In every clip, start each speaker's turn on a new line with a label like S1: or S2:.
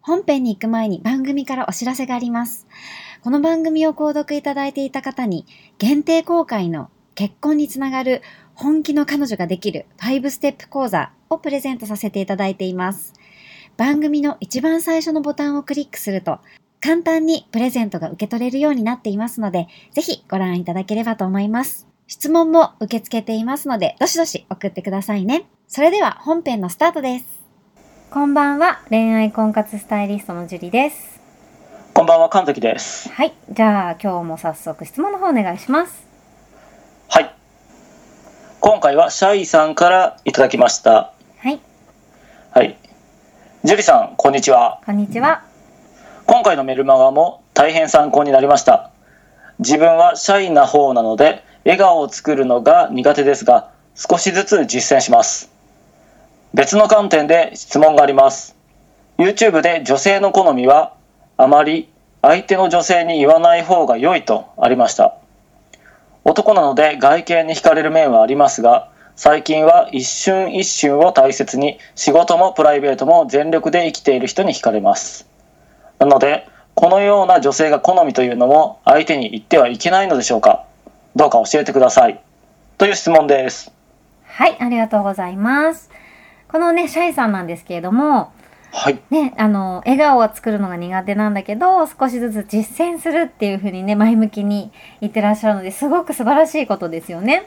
S1: 本編に行く前に番組からお知らせがありますこの番組を購読いただいていた方に、限定公開の結婚につながる本気の彼女ができる5ステップ講座をプレゼントさせていただいています。番組の一番最初のボタンをクリックすると、簡単にプレゼントが受け取れるようになっていますので、ぜひご覧いただければと思います。質問も受け付けていますので、どしどし送ってくださいね。それでは本編のスタートです。こんばんは、恋愛婚活スタイリストのジュリです。
S2: こんばんは、神崎です。
S1: はい、じゃあ今日も早速質問の方お願いします。
S2: はい。今回はシャイさんからいただきました。
S1: はい、
S2: はい。ジュリさん、こんにちは。
S1: こんにちは。
S2: 今回のメルマガも大変参考になりました。自分はシャイな方なので、笑顔を作るのが苦手ですが、少しずつ実践します。別の観点で質問があります。YouTube で女性の好みは、あまり相手の女性に言わない方が良いとありました。男なので外見に惹かれる面はありますが、最近は一瞬一瞬を大切に、仕事もプライベートも全力で生きている人に惹かれます。なので、このような女性が好みというのも相手に言ってはいけないのでしょうかどうか教えてください。という質問です。
S1: はい、ありがとうございます。このね、シャイさんなんですけれども、
S2: はい。
S1: ね、あの、笑顔を作るのが苦手なんだけど、少しずつ実践するっていうふうにね、前向きに言ってらっしゃるので、すごく素晴らしいことですよね。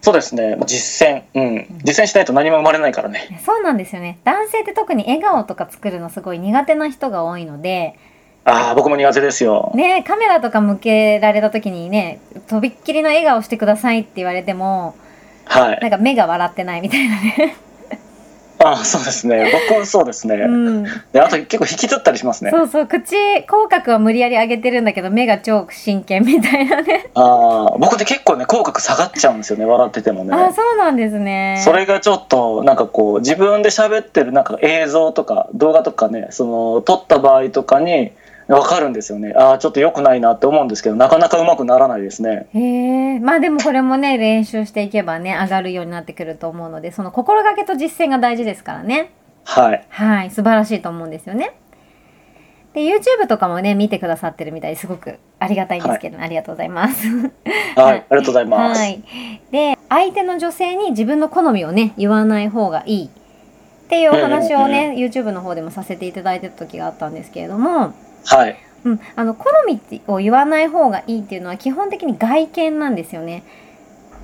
S2: そうですね。実践。うん。実践しないと何も生まれないからね。
S1: ねそうなんですよね。男性って特に笑顔とか作るのすごい苦手な人が多いので、
S2: ああ、僕も苦手ですよ。
S1: ね、カメラとか向けられた時にね、とびっきりの笑顔してくださいって言われても、
S2: はい。
S1: なんか目が笑ってないみたいなね。
S2: ああ、そうですね。僕もそうですね。
S1: うん。
S2: で、あと結構引きずったりしますね。
S1: そうそう、口、口角は無理やり上げてるんだけど、目が超真剣みたいなね。
S2: ああ、僕で結構ね、口角下がっちゃうんですよね。笑ってても
S1: あ、
S2: ね。
S1: そうなんですね。
S2: それがちょっと、なんかこう、自分で喋ってるなんか映像とか動画とかね、その、撮った場合とかに、わかるんですよね。ああ、ちょっと良くないなって思うんですけど、なかなかうまくならないですね。
S1: へえ。まあでもこれもね、練習していけばね、上がるようになってくると思うので、その心がけと実践が大事ですからね。
S2: はい。
S1: はい、素晴らしいと思うんですよね。で、YouTube とかもね、見てくださってるみたいですごくありがたいんですけど、ありがとうございます。
S2: はい。ありがとうございます。
S1: はい。で、相手の女性に自分の好みをね、言わない方がいいっていうお話をね、YouTube の方でもさせていただいてた時があったんですけれども、
S2: はい。
S1: うん、あの、好みを言わない方がいいっていうのは基本的に外見なんですよね。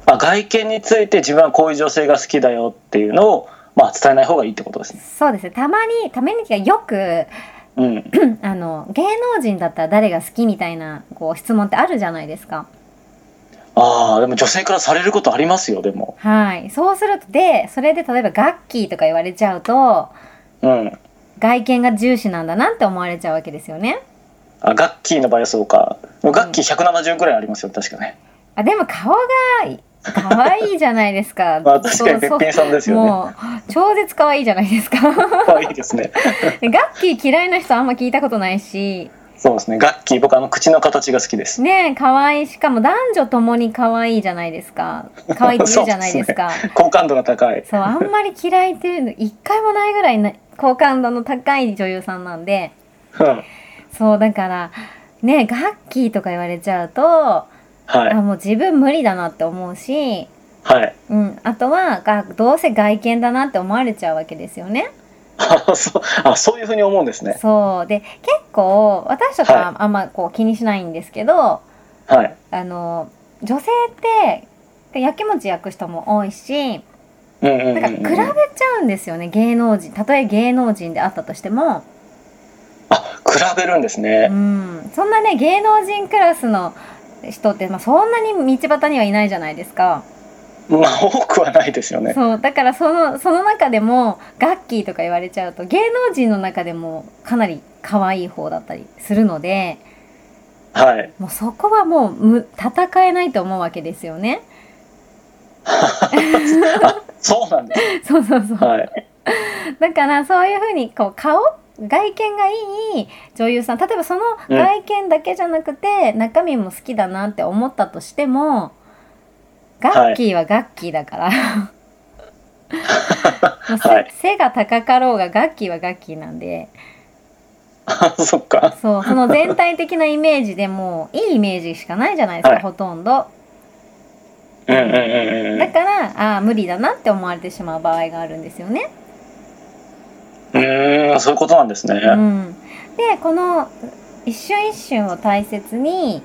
S2: まあ、外見について自分はこういう女性が好きだよっていうのを、まあ、伝えない方がいいってことですね。
S1: そうですね。たまに、ためにがよく、
S2: うん。
S1: うんあの、芸能人だったら誰が好きみたいな、こう、質問ってあるじゃないですか。
S2: ああ、でも女性からされることありますよ、でも。
S1: はい。そうすると、で、それで例えばガッキーとか言われちゃうと、
S2: うん。
S1: 外見が重視なんだなって思われちゃうわけですよね。
S2: あ、ガッキーの場合はそうか。でもガッキー170くらいありますよ、確かね。
S1: あでも顔が可愛いじゃないですか。
S2: まあ、確かにべっぴんさんですよね。
S1: もう超絶可愛いじゃない ですか。
S2: 可愛いですね。
S1: でガッキー嫌いな人あんま聞いたことないし、
S2: そうですね。ガッキー、僕あの口の形が好きです。
S1: ねえ可愛いしかも男女ともに可愛いじゃないですか。可愛いって言うじゃないです か。そう,、
S2: 好感度が高い。
S1: あんまり嫌いっていうの一回もないぐらいな好感度の高い女優さんなんで、
S2: うん。
S1: そうだからねえガッキーとか言われちゃうと、
S2: はい
S1: あ。もう自分無理だなって思うし。
S2: はい。
S1: うん、あとはがどうせ外見だなって思われちゃうわけですよね。
S2: あそうあ、そういうふうに思うんですね。
S1: そうで結構私とか
S2: は
S1: はあんまこう気にしないんですけど、
S2: はい。
S1: あの女性ってやきもち焼く人も多いし
S2: うんうんうん
S1: なんか比べちゃうんですよね芸能人たとえ芸能人であったとしても、
S2: あ比べるんです
S1: う
S2: ね、
S1: ん、そんなね芸能人クラスの人って、まあ、そんなに道端にはいないじゃないですか、
S2: まあ多くはないですよね
S1: そうだからそのその中でもガッキーとか言われちゃうと芸能人の中でもかなり可愛い方だったりするので
S2: はい
S1: もうそこはもうむ戦えないと思うわけですよね。
S2: そうなんです
S1: そうそうそう
S2: はい
S1: だからそういうふうにこう顔外見がいい女優さん例えばその
S2: うん
S1: 外見だけじゃなくて、中身も好きだなって思ったとしてもガッキーはガッキーだ から、もうせ
S2: はい
S1: 背が高かろうがガッキーはガッキーなんで
S2: あそっか
S1: そうその全体的なイメージでもういいイメージしかないじゃないですか、
S2: はい
S1: ほとんど
S2: うんうんうんうん
S1: だからああー無理だなって思われてしまう場合があるんですよね。
S2: うーんそういうことなんですね、
S1: うん、でこの一瞬一瞬を大切に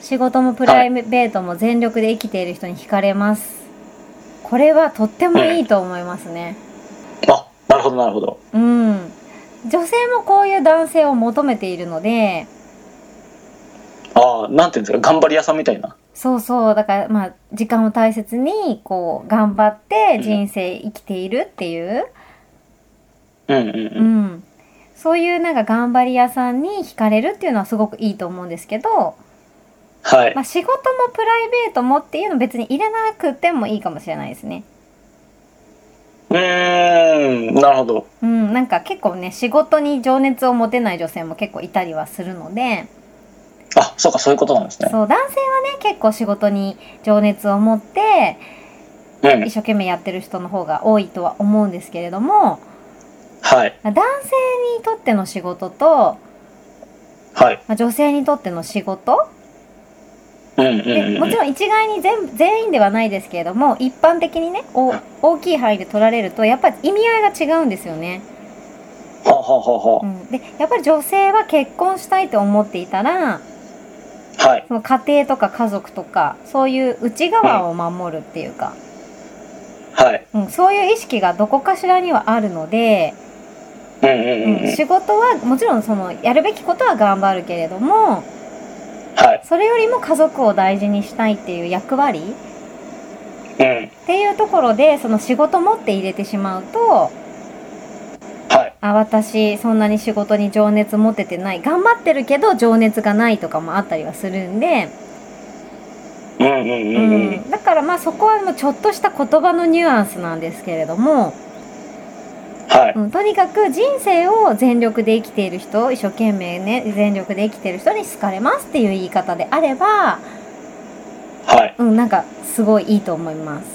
S1: 仕事もプライベートも全力で生きている人に惹かれます、これはとってもいいと思いますね、
S2: あなるほどなるほど
S1: うん、女性もこういう男性を求めているので
S2: ああなんていうんですか頑張り屋さんみたいな
S1: そうそうだからまあ時間を大切にこう頑張って人生生きているっていう、
S2: うんうん
S1: う
S2: うん
S1: ん、そういうなんか頑張り屋さんに惹かれるっていうのはすごくいいと思うんですけど
S2: はい
S1: まあ、仕事もプライベートもっていうの別に入れなくてもいいかもしれないですね。
S2: うーんなるほど
S1: うん、なんか結構ね仕事に情熱を持てない女性も結構いたりはするので
S2: あそうかそういうことなんですね
S1: そう男性はね結構仕事に情熱を持って
S2: うん
S1: 一生懸命やってる人の方が多いとは思うんですけれども
S2: はい
S1: まあ男性にとっての仕事と、
S2: はい
S1: まあ女性にとっての仕事
S2: うんうん
S1: で
S2: うん
S1: もちろん一概に全部全員ではないですけれども一般的にねお大きい範囲で取られるとやっぱり意味合いが違うんですよね。
S2: はあはあは
S1: うん、でやっぱり女性は結婚したいと思っていたら
S2: あはい
S1: その家庭とか家族とかそういう内側を守るっていうか、
S2: はい
S1: うん、そういう意識がどこかしらにはあるので、
S2: うんう
S1: う
S2: んうんうん
S1: ん、仕事はもちろんそのやるべきことは頑張るけれども
S2: はい
S1: それよりも家族を大事にしたいっていう役割っ
S2: うん
S1: ていうところでその仕事もって入れてしまうと
S2: はい
S1: あ私そんなに仕事に情熱持ててない頑張ってるけど情熱がないとかもあったりはするんで。
S2: うんうんうんうん
S1: うん、だからまあそこはもうちょっとした言葉のニュアンスなんですけれども、
S2: はい
S1: うん、とにかく人生を全力で生きている人一生懸命ね全力で生きている人に好かれますっていう言い方であれば、
S2: はい
S1: うん、なんかすごいいいと思います。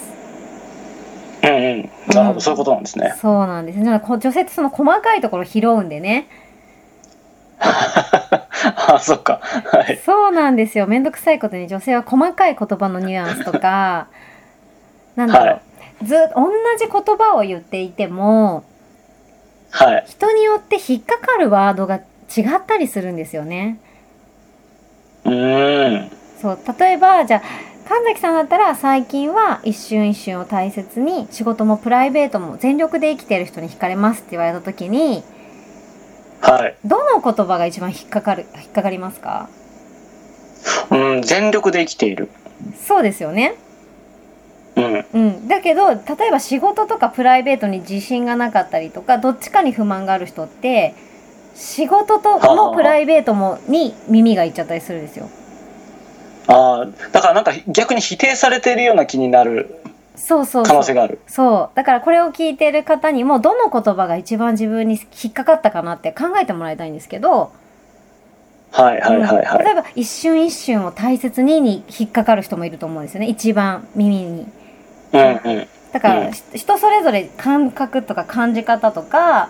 S2: うんうんなるほどそういうことなんですね
S1: そうなんですね。だからこう女性ってその細かいところ拾うんでね。
S2: あそっかはい
S1: そうなんですよ。めんどくさいことに女性は細かい言葉のニュアンスと か、なんだろう。
S2: は
S1: ずっと同じ言葉を言っていても、
S2: はい
S1: 人によって引っかかるワードが違ったりするんですよね。
S2: うーん
S1: そう例えばじゃあ神崎さんだったら最近は一瞬一瞬を大切に仕事もプライベートも全力で生きてる人に惹かれますって言われた時に
S2: はい
S1: どの言葉が一番引っかかる引っかかりますか
S2: うん全力で生きている
S1: そうですよね。
S2: うん
S1: うん、だけど例えば仕事とかプライベートに自信がなかったりとかどっちかに不満がある人って仕事と
S2: はあは
S1: も
S2: あ
S1: プライベートもに耳がいっちゃったりするんですよ。
S2: ああだからなんか逆に否定されているような気になる
S1: そうそう
S2: 可
S1: そ
S2: 能
S1: う
S2: 性がある
S1: そう。だからこれを聞いてる方にも、どの言葉が一番自分に引っかかったかなって考えてもらいたいんですけど、
S2: はいはいはいは
S1: うん
S2: い
S1: 例えば、一瞬一瞬を大切にに引っかかる人もいると思うんですよね。一番耳に。
S2: うんうん
S1: だから、
S2: うん
S1: し人それぞれ感覚とか感じ方とか、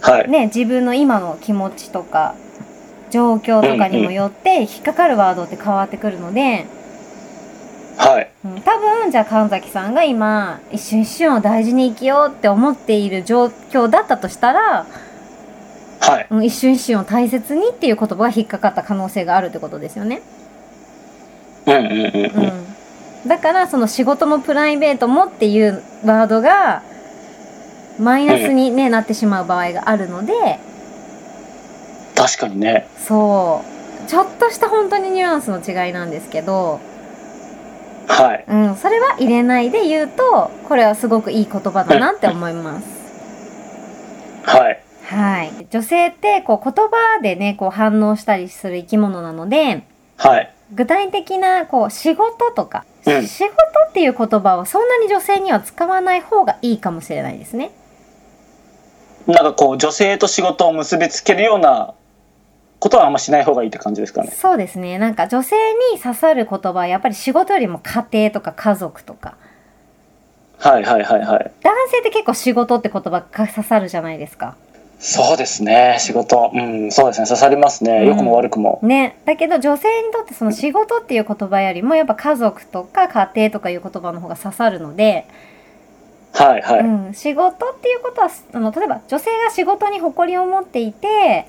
S2: はい
S1: ね、自分の今の気持ちとか、状況とかにもよって、引っかかるワードって変わってくるので、
S2: はい
S1: うん多分、じゃあ神崎さんが今、一瞬一瞬を大事に生きようって思っている状況だったとしたら、
S2: はい
S1: うん一瞬一瞬を大切にっていう言葉が引っかかった可能性があるってことですよね。
S2: うんうんうん
S1: う
S2: うんん
S1: だからその仕事もプライベートもっていうワードがマイナスに、ねなってしまう場合があるので
S2: 確かにね。
S1: そうちょっとした本当にニュアンスの違いなんですけど、
S2: はい。
S1: うん、それは入れないで言うとこれはすごくいい言葉だなって思います。
S2: はい。
S1: はい、女性ってこう言葉でねこう反応したりする生き物なので
S2: はい。
S1: 具体的なこう仕事とか、
S2: うん
S1: 仕事っていう言葉はそんなに女性には使わない方がいいかもしれないですね。
S2: なんかこう、女性と仕事を結びつけるようなことはあんましない方がいいって感じですかね。
S1: そうですねなんか女性に刺さる言葉はやっぱり仕事よりも家庭とか家族とか
S2: はいはいはいはい。
S1: 男性って結構仕事って言葉が刺さるじゃないですか。
S2: そうですね。仕事。うん、そうですね。刺さります
S1: う
S2: ね。
S1: ん
S2: 良くも悪くも。
S1: ね、だけど女性にとってその仕事っていう言葉よりもやっぱ家族とか家庭とかいう言葉の方が刺さるので、
S2: はいはい。
S1: うん、仕事っていうことはあの例えば女性が仕事に誇りを持っていて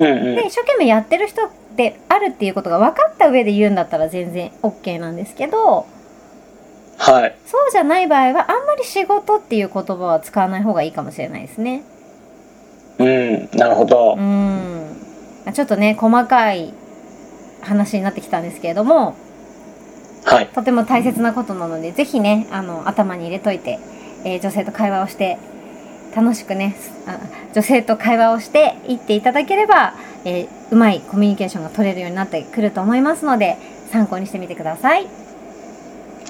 S2: うんう
S1: で
S2: ん。
S1: 一生懸命やってる人であるっていうことが分かった上で言うんだったら全然 OK なんですけど
S2: はい。
S1: そうじゃない場合はあんまり仕事っていう言葉は使わない方がいいかもしれないですね。
S2: うん、なるほど
S1: う。んちょっとね細かい話になってきたんですけれども
S2: はい。
S1: とても大切なことなのでぜひねあの頭に入れといて、えー女性と会話をして楽しくねすあ女性と会話をしていっていただければ、えーうまいコミュニケーションが取れるようになってくると思いますので参考にしてみてください。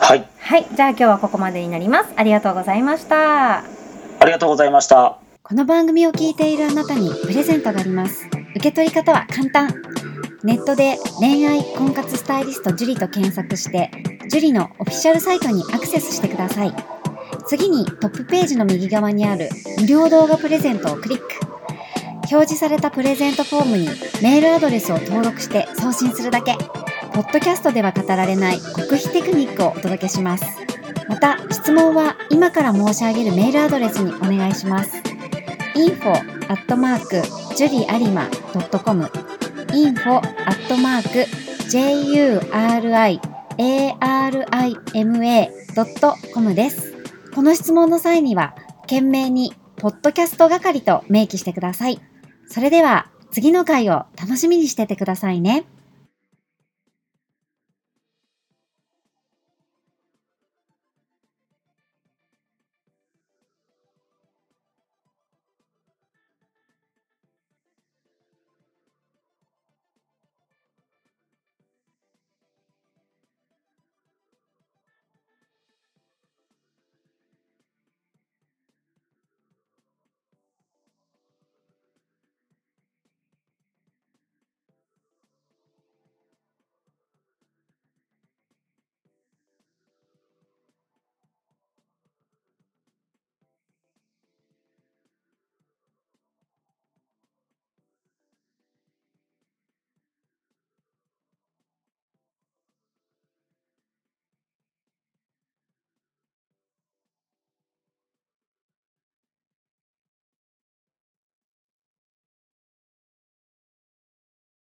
S2: はい。
S1: はいじゃあ今日はここまでになります。ありがとうございました。
S2: ありがとうございました。
S3: この番組を聞いているあなたにプレゼントがあります。受け取り方は簡単。ネットで恋愛婚活スタイリスト樹と検索して、樹のオフィシャルサイトにアクセスしてください。次にトップページの右側にある無料動画プレゼントをクリック。表示されたプレゼントフォームにメールアドレスを登録して送信するだけ。ポッドキャストでは語られない極秘テクニックをお届けします。また、質問は今から申し上げるメールアドレスにお願いします。info アットマークジュリアリマドットコム info アットマーク juriarima ドットコムです。この質問の際には、懸命にポッドキャスト係と明記してください。それでは次の回を楽しみにしててくださいね。